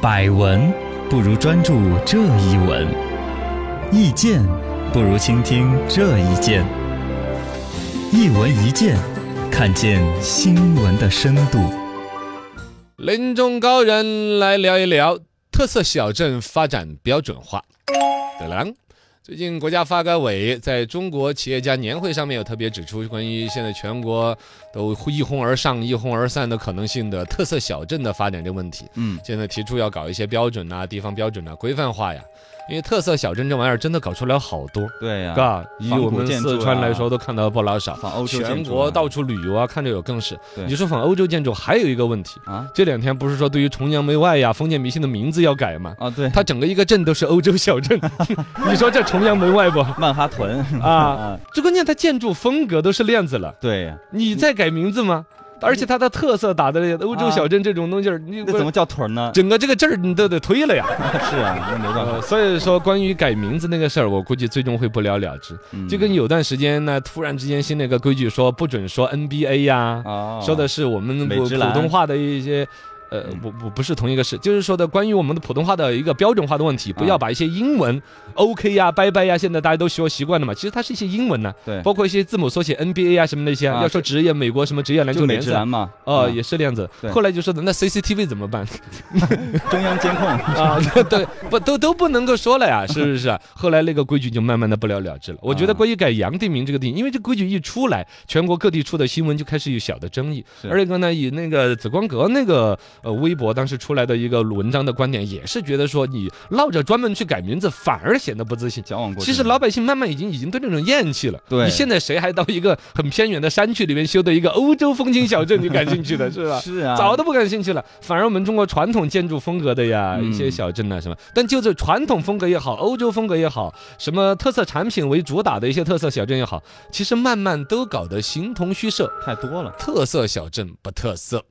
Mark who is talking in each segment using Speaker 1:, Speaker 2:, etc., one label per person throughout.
Speaker 1: 百闻不如专注这一闻，意见不如倾听这一见。一闻一见，看见新闻的深度。
Speaker 2: 临中高人来聊一聊特色小镇发展标准化。对了，最近国家发改委在中国企业家年会上面有特别指出，关于现在全国都一哄而上、一哄而散的可能性的特色小镇的发展这个问题，
Speaker 1: 嗯，
Speaker 2: 现在提出要搞一些标准呐、啊地方标准呐、规范化呀。因为特色小镇这玩意儿真的搞出来好多，
Speaker 1: 对呀、
Speaker 2: 嘎，以
Speaker 1: 仿古
Speaker 2: 我们
Speaker 1: 建
Speaker 2: 四
Speaker 1: 筑
Speaker 2: 川
Speaker 1: 啊
Speaker 2: 来说都看到不老少。
Speaker 1: 仿欧洲
Speaker 2: 全
Speaker 1: 建筑
Speaker 2: 国
Speaker 1: 啊
Speaker 2: 到处旅游啊，看着有更是。
Speaker 1: 对
Speaker 2: 你说仿欧洲建筑还有一个问题
Speaker 1: 啊
Speaker 2: 这两天不是说对于崇洋媚外呀、封建迷信的名字要改吗？
Speaker 1: 啊，对，
Speaker 2: 它整个一个镇都是欧洲小镇， 你说这崇洋媚外不？
Speaker 1: 曼哈顿是吧？
Speaker 2: 啊，
Speaker 1: 啊，
Speaker 2: 最关键它建筑风格都是链子了，
Speaker 1: 对呀、
Speaker 2: 你再改名字吗？而且它的特色打的欧洲小镇这种东西儿，你
Speaker 1: 那怎么叫屯呢？
Speaker 2: 整个这个劲儿你都得推了呀？
Speaker 1: 是啊，那没办法。
Speaker 2: 呃所以说，关于改名字那个事儿，我估计最终会不了了之。
Speaker 1: 嗯
Speaker 2: 就跟有段时间呢，突然之间新的一个规矩说不准说 NBA 呀、
Speaker 1: 啊
Speaker 2: 说的是我们
Speaker 1: 美嗯
Speaker 2: 普
Speaker 1: 职
Speaker 2: 普
Speaker 1: 篮
Speaker 2: 通话的一些。呃，不不不是同一个事，就是说的关于我们的普通话的一个标准化的问题，不
Speaker 1: 啊
Speaker 2: 要把一些英文、OK 呀、拜拜呀，现在大家都学习惯了嘛，其实它是一些英文呢、
Speaker 1: 对
Speaker 2: 包括一些字母缩写 NBA 啊什么那些啊，
Speaker 1: 啊
Speaker 2: 要说职业美国什么职业篮
Speaker 1: 就
Speaker 2: 球
Speaker 1: 美
Speaker 2: 联
Speaker 1: 职
Speaker 2: 赛
Speaker 1: 篮，嘛，
Speaker 2: 哦，
Speaker 1: 啊
Speaker 2: 也是这样子
Speaker 1: 对。
Speaker 2: 后来就说的那 CCTV 怎么办？
Speaker 1: 中央监控
Speaker 2: 啊，对对，不都都不能够说了呀，是不是啊？ 后来那个规矩就慢慢的不了了之了。我觉得
Speaker 1: 啊
Speaker 2: 关于改洋地名这个地，因为这规矩一出来，全国各地出的新闻就开始有小的争议。
Speaker 1: 是
Speaker 2: 而一个呢，以那个紫光阁那个呃微博当时出来的一个文章的观点，也是觉得说你闹着专门去改名字，反而显得不自信。
Speaker 1: 矫枉过正。
Speaker 2: 其实老百姓慢慢已经已经对这种厌弃了。
Speaker 1: 对
Speaker 2: 你现在谁还到一个很偏远的山区里面修的一个欧洲风情小镇你感兴趣的是吧？
Speaker 1: 是啊，
Speaker 2: 早都不感兴趣了，反而我们中国传统建筑风格的呀，
Speaker 1: 嗯
Speaker 2: 一些小镇呐、啊什么，但就这传统风格也好，欧洲风格也好，什么特色产品为主打的一些特色小镇也好，其实慢慢都搞得形同虚设，
Speaker 1: 太多了。
Speaker 2: 特色小镇不特色。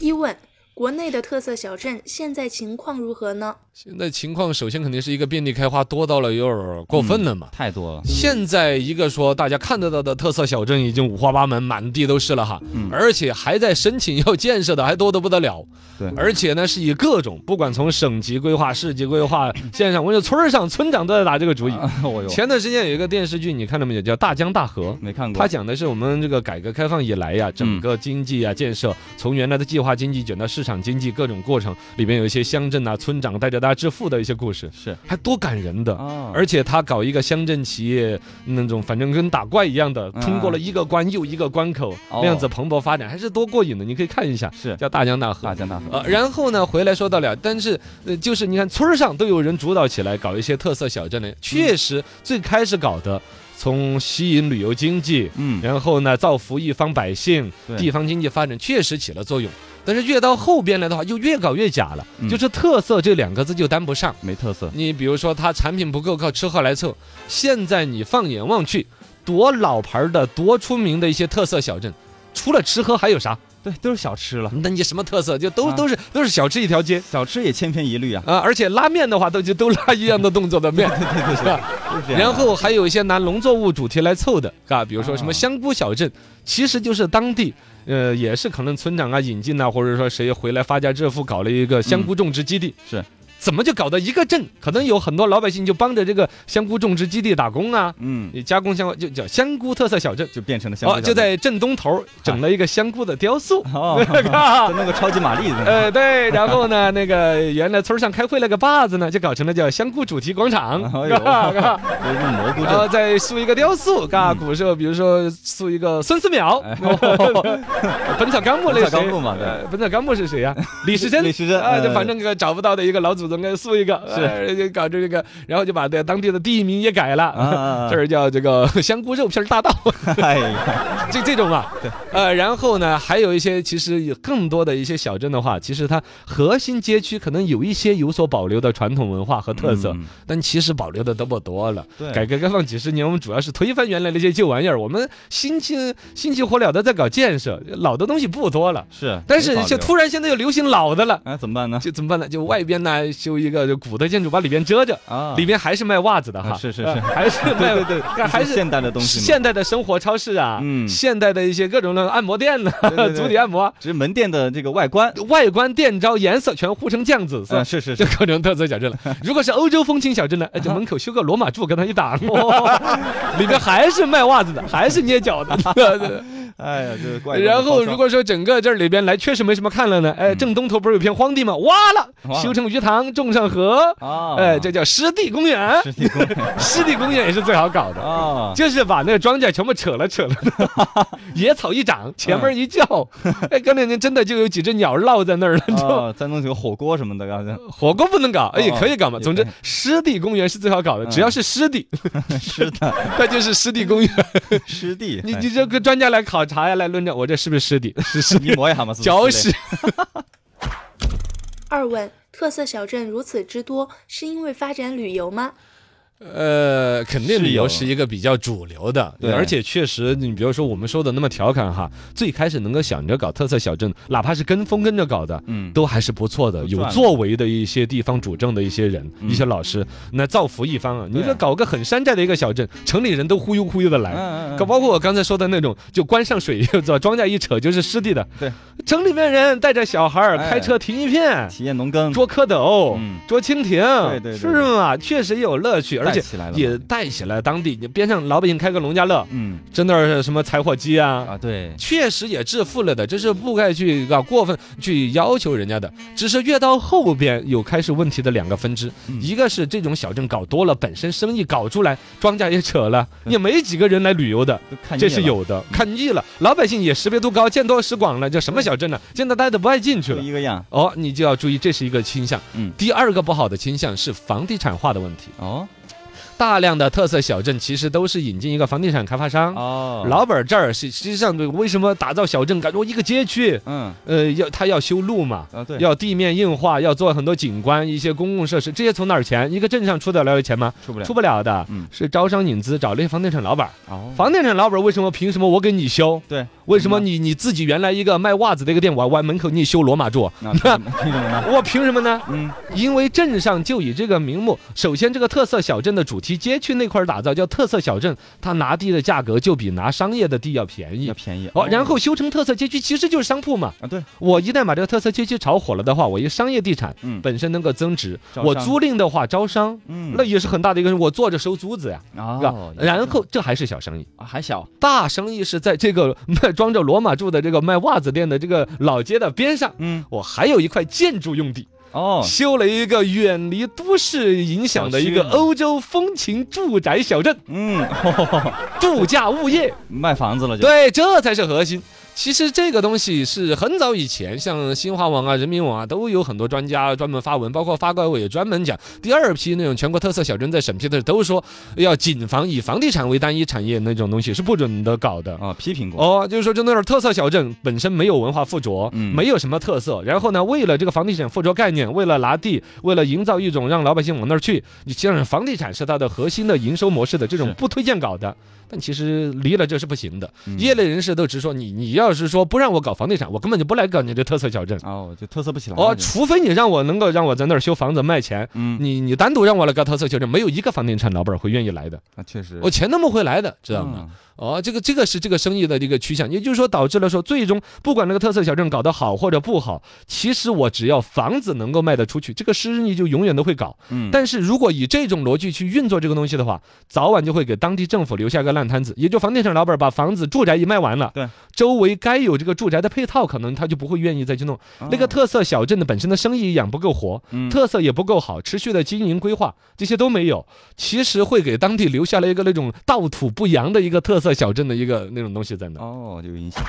Speaker 3: 一问：国内的特色小镇现在情况如何呢？
Speaker 2: 现在情况首先肯定是一个遍地开花，多到了有点儿过分了嘛。
Speaker 1: 太多了，
Speaker 2: 现在一个说大家看得到的特色小镇已经五花八门，满地都是了哈，
Speaker 1: 嗯
Speaker 2: 而且还在申请要建设的还多得不得了。
Speaker 1: 对
Speaker 2: 而且呢是以各种不管从省级规划、市级规划、
Speaker 1: 嗯
Speaker 2: 县上，我说村儿上村长都在打这个主意。
Speaker 1: 我有
Speaker 2: 前段时间有一个电视剧，你看到没有？叫《大江大河》。
Speaker 1: 没看过
Speaker 2: 它？讲的是我们这个改革开放以来呀，
Speaker 1: 嗯
Speaker 2: 整个经济啊建设，从原来的计划经济卷到市场经济各种过程，里边有一些乡镇啊、村长带着大家致富的一些故事，
Speaker 1: 是
Speaker 2: 还多感人的。
Speaker 1: 啊
Speaker 2: 而且他搞一个乡镇企业那种，反正跟打怪一样的，
Speaker 1: 嗯
Speaker 2: 通过了一个关又一个关口，
Speaker 1: 哦
Speaker 2: 那样子蓬勃发展，还是多过瘾的。你可以看一下，
Speaker 1: 是
Speaker 2: 叫大江大河
Speaker 1: 大。江大河
Speaker 2: 呃，然后呢，回来说到了，但是呃，就是你看村儿上都有人主导起来搞一些特色小镇的，
Speaker 1: 嗯
Speaker 2: 确实最开始搞的，从吸引旅游经济，
Speaker 1: 嗯，
Speaker 2: 然后呢造福一方百姓，
Speaker 1: 对
Speaker 2: 地方经济发展确实起了作用。但是越到后边来的话，又越搞越假了，
Speaker 1: 嗯
Speaker 2: 就是特色这两个字就担不上。
Speaker 1: 没特色，
Speaker 2: 你比如说，它产品不够，靠吃喝来凑。现在你放眼望去，多老牌儿的、多出名的一些特色小镇，除了吃喝还有啥？
Speaker 1: 对，都是小吃了，
Speaker 2: 那你什么特色？就都
Speaker 1: 啊
Speaker 2: 都是都是小吃一条街
Speaker 1: 小吃也千篇一律啊，
Speaker 2: 啊！而且拉面的话，都就都拉一样的动作的面，是吧？
Speaker 1: 就是这样。
Speaker 2: 然后还有一些拿农作物主题来凑的，啊，比如说什么
Speaker 1: 啊
Speaker 2: 香菇小镇，其实就是当地。呃，也是可能村长啊引进呐、或者说谁回来发家致富，搞了一个香菇种植基地，
Speaker 1: 嗯是
Speaker 2: 怎么就搞到一个镇？可能有很多老百姓就帮着这个香菇种植基地打工啊，
Speaker 1: 嗯，
Speaker 2: 你加工香就叫香菇特色小镇。
Speaker 1: 就变成了香
Speaker 2: 哦，
Speaker 1: 菇小
Speaker 2: 就
Speaker 1: 镇。
Speaker 2: 在镇东头儿整了一个香菇的雕塑
Speaker 1: 哦，就弄个超级玛丽的，
Speaker 2: 呃， 对，然后呢，那个原来村上开会那个坝子呢，就搞成了叫香菇主题广场，
Speaker 1: 哎呦
Speaker 2: 嘎嘎
Speaker 1: 就是那蘑菇
Speaker 2: 然后
Speaker 1: 镇，
Speaker 2: 再塑一个雕
Speaker 1: 嗯
Speaker 2: 塑，嘎，古时候比如说塑一个孙思邈，《 本草纲目》那
Speaker 1: 哎本
Speaker 2: 谁？
Speaker 1: 草纲目嘛对
Speaker 2: 呃《本草纲目》是 谁呀？李时珍。
Speaker 1: 李时珍
Speaker 2: 啊，就
Speaker 1: 呃
Speaker 2: 反正个找不到的一个老祖宗，给塑一个，
Speaker 1: 是
Speaker 2: 呃就搞这个，然后就把这当地的地名也改
Speaker 1: 啊啊
Speaker 2: 了
Speaker 1: 啊，
Speaker 2: 这儿叫这个香菇肉片大道。
Speaker 1: 哎呀，
Speaker 2: 这这种啊，对，呃，然后呢，还有一些其实有更多的一些小镇的话，其实它核心街区可能有一些有所保留的传统文化和特色，
Speaker 1: 嗯
Speaker 2: 但其实保留的都不多了。
Speaker 1: 对
Speaker 2: 改革开放几十年，我们主要是推翻原来那些旧玩意儿，我们新奇新奇火燎的在搞建设，老的东西不多了。
Speaker 1: 是，
Speaker 2: 但是
Speaker 1: 没保
Speaker 2: 就
Speaker 1: 留
Speaker 2: 突然现在又流行老的了，
Speaker 1: 哎怎么办呢？
Speaker 2: 就怎么办呢？就外边呢修一个就古的建筑，把里边遮着，
Speaker 4: 啊，
Speaker 2: 里面还是卖袜子的哈，
Speaker 4: 啊是是
Speaker 2: 呃
Speaker 4: 是
Speaker 2: 还是卖
Speaker 4: 对对对，
Speaker 2: 还
Speaker 4: 还
Speaker 2: 是
Speaker 4: 是现代的东西嘛，
Speaker 2: 现代的生活超市啊，
Speaker 4: 嗯
Speaker 2: 现代的一些各种的按摩店呢
Speaker 4: 对，对
Speaker 2: 足底按摩，
Speaker 4: 只是门店的这个外观，
Speaker 2: 外观店招颜色全糊成酱紫色。
Speaker 1: 哎
Speaker 4: 嗯，是是，
Speaker 2: 就是各种特色小镇了。 如果是欧洲风情小镇呢，哎，就门口修个罗马柱跟它一挡， 哦里面还是卖袜子的，还是捏脚的。
Speaker 4: 哎呀，这 怪。
Speaker 2: 然后如果说整个这里边来确实没什么看了呢，哎，正东头不是有片荒地吗？挖了，
Speaker 4: 嗯哇
Speaker 2: 修成鱼塘，种上河，
Speaker 4: 啊，
Speaker 2: 哎，这叫湿地公园。
Speaker 4: 实体工人
Speaker 2: 湿地公园也是最好搞的。
Speaker 4: 啊，
Speaker 2: 就是把那个庄稼全部扯了扯了， 野草一
Speaker 4: 嗯
Speaker 2: 长，前面一叫，哎，刚才人真的就有几只鸟落在那儿了，你知道吗？
Speaker 4: 啊，再弄几个火锅什么的，刚才
Speaker 2: 火锅不能搞，哎，也
Speaker 4: 哦
Speaker 2: 可以搞嘛。
Speaker 4: 也
Speaker 2: 总之
Speaker 4: 可以，
Speaker 2: 湿地公园是最好搞的，
Speaker 4: 嗯
Speaker 2: 只要是湿 地，
Speaker 4: 是的，
Speaker 2: 那就是湿地公园。
Speaker 4: 湿地，
Speaker 2: 你
Speaker 4: 哎
Speaker 2: 你这个专家来考察呀，来论证我这是不是湿地？ 是湿
Speaker 4: 你摸一下 嘛，是不是
Speaker 2: 搅
Speaker 4: 之类
Speaker 2: 屎
Speaker 4: 的。
Speaker 3: 二问：特色小镇如此之多，是因为发展旅游吗？
Speaker 2: 呃，肯定
Speaker 4: 是
Speaker 2: 旅游
Speaker 4: 有
Speaker 2: 是一个比较主流的，
Speaker 4: 对
Speaker 2: 而且确实，你比如说我们说的那么调侃哈，最开始能够想着搞特色小镇，哪怕是跟风跟着搞的，
Speaker 4: 嗯，
Speaker 2: 都还是不错的，
Speaker 4: 都
Speaker 2: 有
Speaker 4: 赚了
Speaker 2: 作为的一些地方主政的一些人、
Speaker 4: 嗯
Speaker 2: 一些老师，那造福一方啊！你
Speaker 4: 对啊
Speaker 2: 这搞个很山寨的一个小镇，城里人都忽悠忽悠的来。
Speaker 4: 嗯嗯嗯
Speaker 2: 可包括我刚才说的那种，就关上水，又把庄稼一扯就是湿地的。
Speaker 4: 对，
Speaker 2: 城里面人带着小孩儿
Speaker 4: 哎
Speaker 2: 开车停一片，
Speaker 4: 体验农耕，
Speaker 2: 捉蝌蚪、
Speaker 4: 嗯
Speaker 2: 捉蜻蜓，
Speaker 4: 对对对
Speaker 2: 是吗？确实有乐趣，而
Speaker 4: 带
Speaker 2: 且
Speaker 4: 起来了嘛
Speaker 2: 也带起来当地。你边上老百姓开个农家乐，
Speaker 4: 嗯
Speaker 2: 真的是什么柴火鸡啊，
Speaker 4: 啊，对，
Speaker 2: 确实也致富了的，这是不该去啊过分去要求人家的。只是越到后边有开始问题的两个分支，
Speaker 4: 嗯
Speaker 2: 一个是这种小镇搞多了，本身生意搞出来，庄稼也扯了，也没几个人来旅游的。
Speaker 4: 都嗯看腻
Speaker 2: 这是
Speaker 4: 了，嗯
Speaker 2: 有的，看腻了，老百姓也识别度高，见多识广了，这什么小镇呢？见到大家都不爱进去
Speaker 4: 就
Speaker 2: 了。
Speaker 4: 一个样
Speaker 2: 哦，你就要注意，这是一个倾向。
Speaker 4: 嗯
Speaker 2: 第二个不好的倾向是房地产化的问题。
Speaker 4: 哦
Speaker 2: 大量的特色小镇其实都是引进一个房地产开发商，
Speaker 4: 哦，
Speaker 2: 嗯老本儿这儿是实际上为什么打造小镇？感觉一个街区，
Speaker 4: 嗯
Speaker 2: 呃，要他要修路嘛，
Speaker 4: 啊对，
Speaker 2: 要地面硬化，要做很多景观、一些公共设施，这些从哪儿钱？一个镇上出得了的钱吗？
Speaker 4: 出不了，
Speaker 2: 出不了的，
Speaker 4: 嗯
Speaker 2: 是招商引资找那些房地产老板儿。
Speaker 4: 哦
Speaker 2: 房地产老板儿为什么凭什么我给你修？
Speaker 4: 对，
Speaker 2: 为什么
Speaker 4: 嗯
Speaker 2: 你你自己原来一个卖袜子的一个店，我往门口你修罗马柱？
Speaker 4: 那凭什么凭什 么呢？
Speaker 2: 我凭什么呢？
Speaker 4: 嗯
Speaker 2: 因为镇上就以这个名目，首先这个特色小镇的主题街区那块儿打造叫特色小镇，它拿地的价格就比拿商业的地要便宜
Speaker 4: 要。便宜
Speaker 2: 哦，然后修成特色街区其实就是商铺嘛。
Speaker 4: 啊对，
Speaker 2: 我一旦把这个特色街区炒火了的话，我一商业地产
Speaker 4: 嗯
Speaker 2: 本身能够增值，
Speaker 4: 招商
Speaker 2: 我租赁的话招商，
Speaker 4: 嗯
Speaker 2: 那也是很大的一个，我坐着收租子呀，是吧
Speaker 4: 哦？，
Speaker 2: 然后这还是小生意，
Speaker 4: 啊还小
Speaker 2: 大生意是在这个 卖装着罗马柱的这个卖袜子店的这个老街的边上。
Speaker 4: 嗯
Speaker 2: 我还有一块建筑用地，
Speaker 4: 哦
Speaker 2: 修了一个远离都市影响的一个
Speaker 4: 小区
Speaker 2: 欧洲风情住宅小镇，
Speaker 4: 嗯，
Speaker 2: 度假物业。
Speaker 4: 卖房子了就
Speaker 2: 对，这才是核心。其实这个东西是很早以前，像新华网啊、人民网啊，都有很多专家专门发文，包括发改委也专门讲。第二批那种全国特色小镇在审批的时候，都说要谨防以房地产为单一产业那种东西是不准的搞的。
Speaker 4: 啊批评过
Speaker 2: 哦，就是说，就那种特色小镇本身没有文化附着，
Speaker 4: 嗯
Speaker 2: 没有什么特色。然后呢，为了这个房地产附着概念，为了拿地，为了营造一种让老百姓往那儿去，你既然房地产是它的核心的营收模式的这种
Speaker 4: 是
Speaker 2: 不推荐搞的，但其实离了这是不行的。
Speaker 4: 嗯
Speaker 2: 业内人士都直说你，你要是说不让我搞房地产，我根本就不来搞你这特色小镇。
Speaker 4: 哦就特色不起来了
Speaker 2: 哦，
Speaker 4: 就
Speaker 2: 除非你让我能够让我在那儿修房子卖钱，
Speaker 4: 嗯
Speaker 2: 你你单独让我来搞特色小镇，没有一个房地产老板会愿意来的，
Speaker 4: 啊确实
Speaker 2: 我钱弄不回来的，知道吗？
Speaker 4: 嗯
Speaker 2: 哦，这个这个是这个生意的一个趋向，也就是说导致了说，最终不管那个特色小镇搞得好或者不好，其实我只要房子能够卖得出去，这个生意就永远都会搞。
Speaker 4: 嗯
Speaker 2: 但是如果以这种逻辑去运作这个东西的话，早晚就会给当地政府留下个烂摊子，也就房地产老板把房子住宅一卖完了，
Speaker 4: 对，
Speaker 2: 周围该有这个住宅的配套，可能他就不会愿意再去弄。那个特色小镇的本身的生意养不够活，
Speaker 4: 嗯
Speaker 2: 特色也不够好，持续的经营规划这些都没有，其实会给当地留下了一个那种道土不扬的一个特色小镇的一个那种东西在那。
Speaker 4: 哦有影响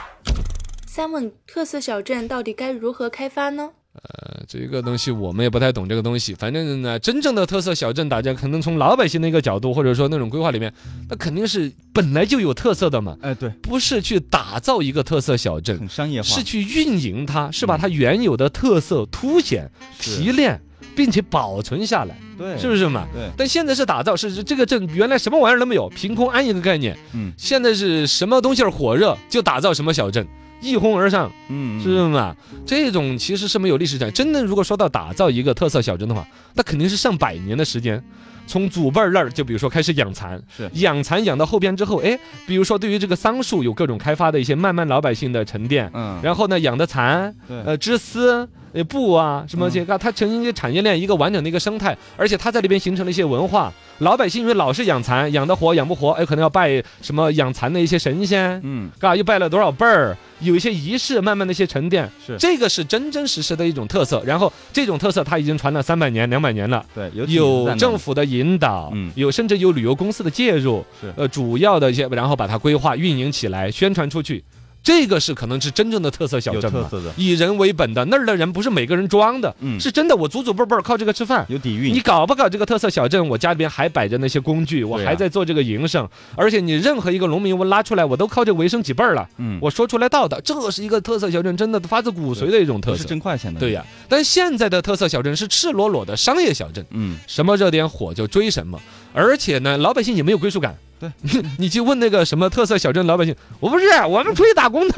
Speaker 3: 三问：特色小镇到底该如何开发呢？
Speaker 2: 呃这个东西我们也不太懂这个东西，反正呢，真正的特色小镇打架，可能从老百姓的一个角度，或者说那种规划里面，那肯定是本来就有特色的嘛，
Speaker 4: 哎对
Speaker 2: 不是去打造一个特色小镇，
Speaker 4: 很商业化
Speaker 2: 是去运营它，是把它原有的特色凸显、
Speaker 4: 嗯是
Speaker 2: 提炼，并且保存下来，
Speaker 4: 对
Speaker 2: 是不是嘛？
Speaker 4: 对
Speaker 2: 但现在是打造，是是这个镇原来什么玩意儿都没有，凭空安一个概念。
Speaker 4: 嗯
Speaker 2: 现在是什么东西儿火热就打造什么小镇，一哄而上，
Speaker 4: 嗯，嗯
Speaker 2: 是吗？这种其实是没有历史产，真的如果说到打造一个特色小镇的话，那肯定是上百年的时间。从祖辈儿那儿，就比如说开始养蚕
Speaker 4: 是，
Speaker 2: 养蚕养到后边之后，哎，比如说对于这个桑树有各种开发的一些慢慢老百姓的沉淀，
Speaker 4: 嗯，
Speaker 2: 然后呢养的蚕，
Speaker 4: 对，
Speaker 2: 呃，织丝、呃布啊什么
Speaker 4: 嗯
Speaker 2: 这个，它形成一个产业链，一个完整的一个生态，而且它在里边形成了一些文化。老百姓因为老是养蚕，养得活养不活，哎，可能要拜什么养蚕的一些神仙，
Speaker 4: 嗯，
Speaker 2: 嘎，又拜了多少辈儿，有一些仪式，慢慢的一些沉淀，
Speaker 4: 是
Speaker 2: 这个是真真实实的一种特色。然后这种特色它已经传了三百年、两百年了。
Speaker 4: 对，有
Speaker 2: 有政
Speaker 4: 府，
Speaker 2: 府的引导，
Speaker 4: 嗯
Speaker 2: 有甚至有旅游公司的介入
Speaker 4: 是，
Speaker 2: 呃，主要的一些，然后把它规划运营起来，宣传出去，这个是可能是真正的特色小
Speaker 4: 有
Speaker 2: 镇
Speaker 4: 特
Speaker 2: 嘛。
Speaker 4: 色的，
Speaker 2: 以人为本的，那儿的人不是每个人装的，
Speaker 4: 嗯，
Speaker 2: 是真的。我祖祖辈辈儿靠这个吃饭。
Speaker 4: 有底蕴，
Speaker 2: 你搞不搞这个特色小镇？我家里边还摆着那些工具，我
Speaker 4: 对啊
Speaker 2: 还在做这个营生，而且你任何一个农民，我拉出来，我都靠这为生几辈儿了。
Speaker 4: 嗯，
Speaker 2: 我说出来道道，这是一个特色小镇，真的发自骨髓的一种特
Speaker 4: 不是
Speaker 2: 色。
Speaker 4: 挣快钱的，
Speaker 2: 对，呀、但现在的特色小镇是赤裸裸的商业小镇，
Speaker 4: 嗯，
Speaker 2: 什么热点火就追什么，而且呢，老百姓也没有归属感。
Speaker 4: 对，
Speaker 2: 你去问那个什么特色小镇老百姓，我不是，我们出去打工 的，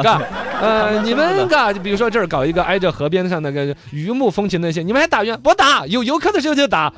Speaker 2: 嘎，呃，你们嘎，就比如说这儿搞一个挨着河边上那个榆木风情那些，你们还打冤？不打，有游客的时候就打，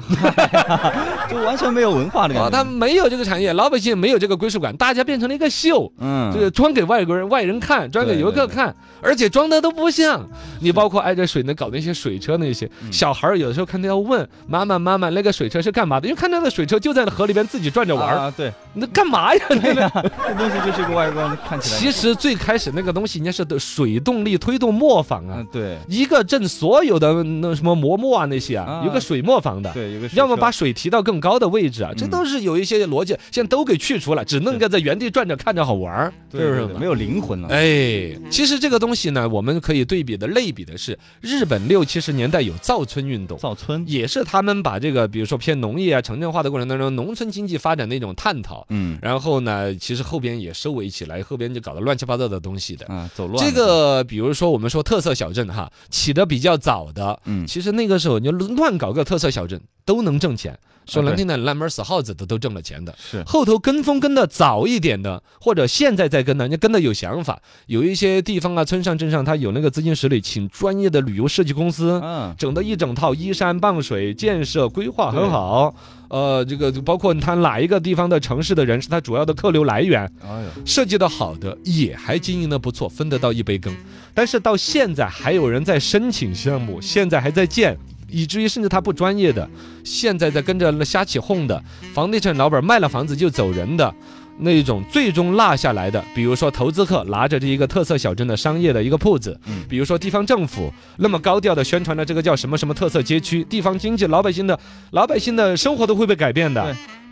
Speaker 4: 就完全没有文化的
Speaker 2: 啊，他
Speaker 4: 感觉，
Speaker 2: 没有这个产业，老百姓没有这个归属感，大家变成了一个秀，
Speaker 4: 嗯，
Speaker 2: 就是装给外国人、外人看，装给游客看，而且装的都不像。你包括挨着水那搞那些水车那些
Speaker 4: 嗯
Speaker 2: 小孩儿，有的时候看他要问妈妈妈妈那个水车是干嘛的，因为看到的水车就在河里边自己转着玩儿，
Speaker 4: 啊，对，
Speaker 2: 那干嘛呀？那个
Speaker 4: 这东西就是一个外观，看起来，
Speaker 2: 其实最开始那个东西应该是的水动力推动磨坊啊
Speaker 4: 嗯，，对，
Speaker 2: 一个镇所有的那什么磨墨啊那些啊
Speaker 4: 啊，
Speaker 2: 有个水磨坊的。
Speaker 4: 对，有个水
Speaker 2: 要么
Speaker 4: 车
Speaker 2: 把水提到更高的位置啊，这
Speaker 4: 嗯
Speaker 2: 都是有一些逻辑，现在都给去除了，只弄个在原地转着看着好玩儿，
Speaker 4: 对
Speaker 2: 是
Speaker 4: 对
Speaker 2: 不
Speaker 4: 对
Speaker 2: 是？
Speaker 4: 没有灵魂了，
Speaker 2: 哎，其实这个东西呢，我们可以对比的、类比的是，日本六七十年代有造村运动，
Speaker 4: 造村，
Speaker 2: 也是他们把这个，比如说偏农业啊、城镇化的过程当中，农村经济发展的一种探讨。
Speaker 4: 嗯，
Speaker 2: 然后呢，其实后边也收尾起来，后边就搞得乱七八糟的东西的。
Speaker 4: 啊，走乱，
Speaker 2: 这，个，比如说我们说特色小镇哈，起得比较早的，
Speaker 4: 嗯，
Speaker 2: 其实那个时候你就乱搞个特色小镇都能挣钱，说难听点，烂门死耗子的都挣了钱的。
Speaker 4: 是，
Speaker 2: 后头跟风跟的早一点的，或者现在在跟的，人家跟的有想法，有一些地方啊、村上、镇上，他有那个资金实力，请专业的旅游设计公司，
Speaker 4: 嗯，
Speaker 2: 整的一整套依山傍水，建设规划很好。呃，这个包括他哪一个地方的城市的人是他主要的客流来源，
Speaker 4: 哎呦，
Speaker 2: 设计的好的也还经营的不错，分得到一杯羹。但是到现在还有人在申请项目，现在还在建。以至于甚至他不专业的，现在在跟着瞎起哄的，房地产老板卖了房子就走人的。那种最终落下来的，比如说投资客拿着这一个特色小镇的商业的一个铺子，
Speaker 4: 嗯
Speaker 2: 比如说地方政府那么高调的宣传了这个叫什么什么特色街区，地方经济老百姓的老百姓的生活都会被改变的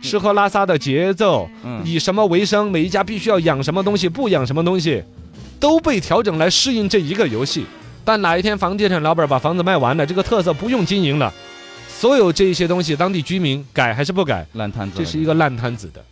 Speaker 4: 对，
Speaker 2: 吃喝拉撒的节奏，
Speaker 4: 嗯，
Speaker 2: 以什么为生，每一家必须要养什么东西，不养什么东西，都被调整来适应这一个游戏。但哪一天房地产老板把房子卖完了，这个特色不用经营了，所有这一些东西，当地居民改还是不改，
Speaker 4: 烂摊子
Speaker 2: 这
Speaker 4: 了，
Speaker 2: 是一个烂摊子的。